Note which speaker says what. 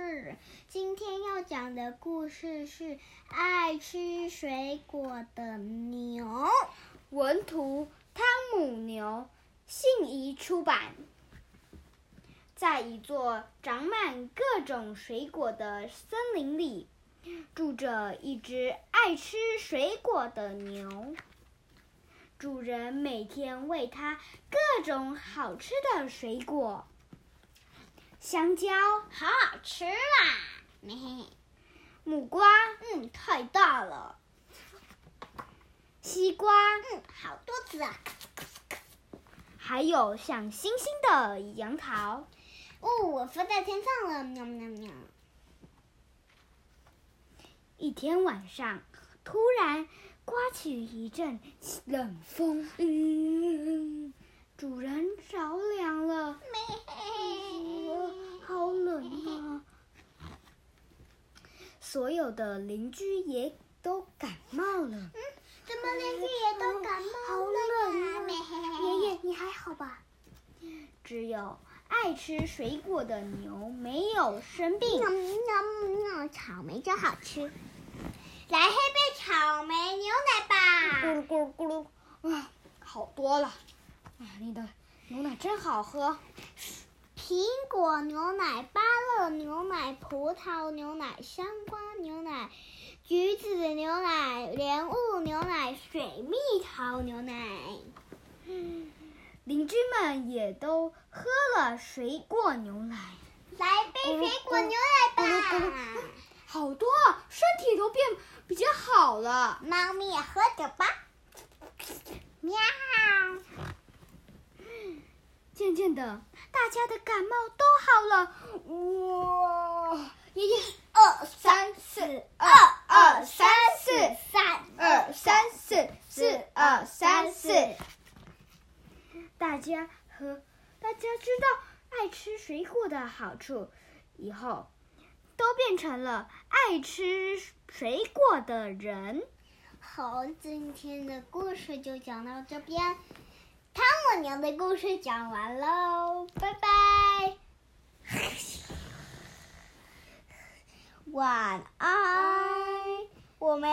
Speaker 1: 人。今天要讲的故事是爱吃水果的牛。
Speaker 2: 文图：汤姆牛，信宜出版。在一座长满各种水果的森林里，住着一只爱吃水果的牛。主人每天喂它各种好吃的水果：香蕉、
Speaker 1: 好好吃啦！嘿嘿，
Speaker 2: 木瓜、
Speaker 1: 嗯，太大了，
Speaker 2: 西瓜，
Speaker 1: 嗯，好多籽啊。
Speaker 2: 还有像星星的杨桃。
Speaker 1: 哦，我飞在天上了，喵喵喵。
Speaker 2: 一天晚上，突然刮起一阵冷风，嗯，主人着凉了，好冷啊！所有的邻居也都感冒了。
Speaker 1: 怎么邻居也都感
Speaker 2: 好
Speaker 1: 冒了呀？
Speaker 2: 冷
Speaker 1: 咩
Speaker 2: 啊
Speaker 1: 嘿嘿！嘿
Speaker 2: 爷爷，你还好吧？只有爱吃水果的牛没有生病。
Speaker 1: 喵喵喵，草莓真好吃。来喝杯草莓牛奶吧。嗯
Speaker 2: 咕噜咕噜咕噜，啊，好多了。啊，你的牛奶真好喝。
Speaker 1: 苹果牛奶、芭乐牛奶、葡萄牛奶、香瓜牛奶、橘子牛奶、莲雾牛奶、水蜜桃牛奶。
Speaker 2: 邻居们也都喝了水果牛奶，
Speaker 1: 来杯水果牛奶
Speaker 2: 咕噜咕噜咕噜
Speaker 1: 吧。
Speaker 2: 好多，身体都变比较好了。
Speaker 1: 猫咪也喝酒吧。喵。
Speaker 2: 渐渐的，大家的感冒都好了。哇，爷爷，
Speaker 1: 二三四，二二三四，三
Speaker 2: 二三四，四二三四。大家和大家知道爱吃水果的好处以后，都变成了爱吃水果的人。
Speaker 1: 好，今天的故事就讲到这边，汤姆牛的故事讲完喽，拜拜，晚安，我们。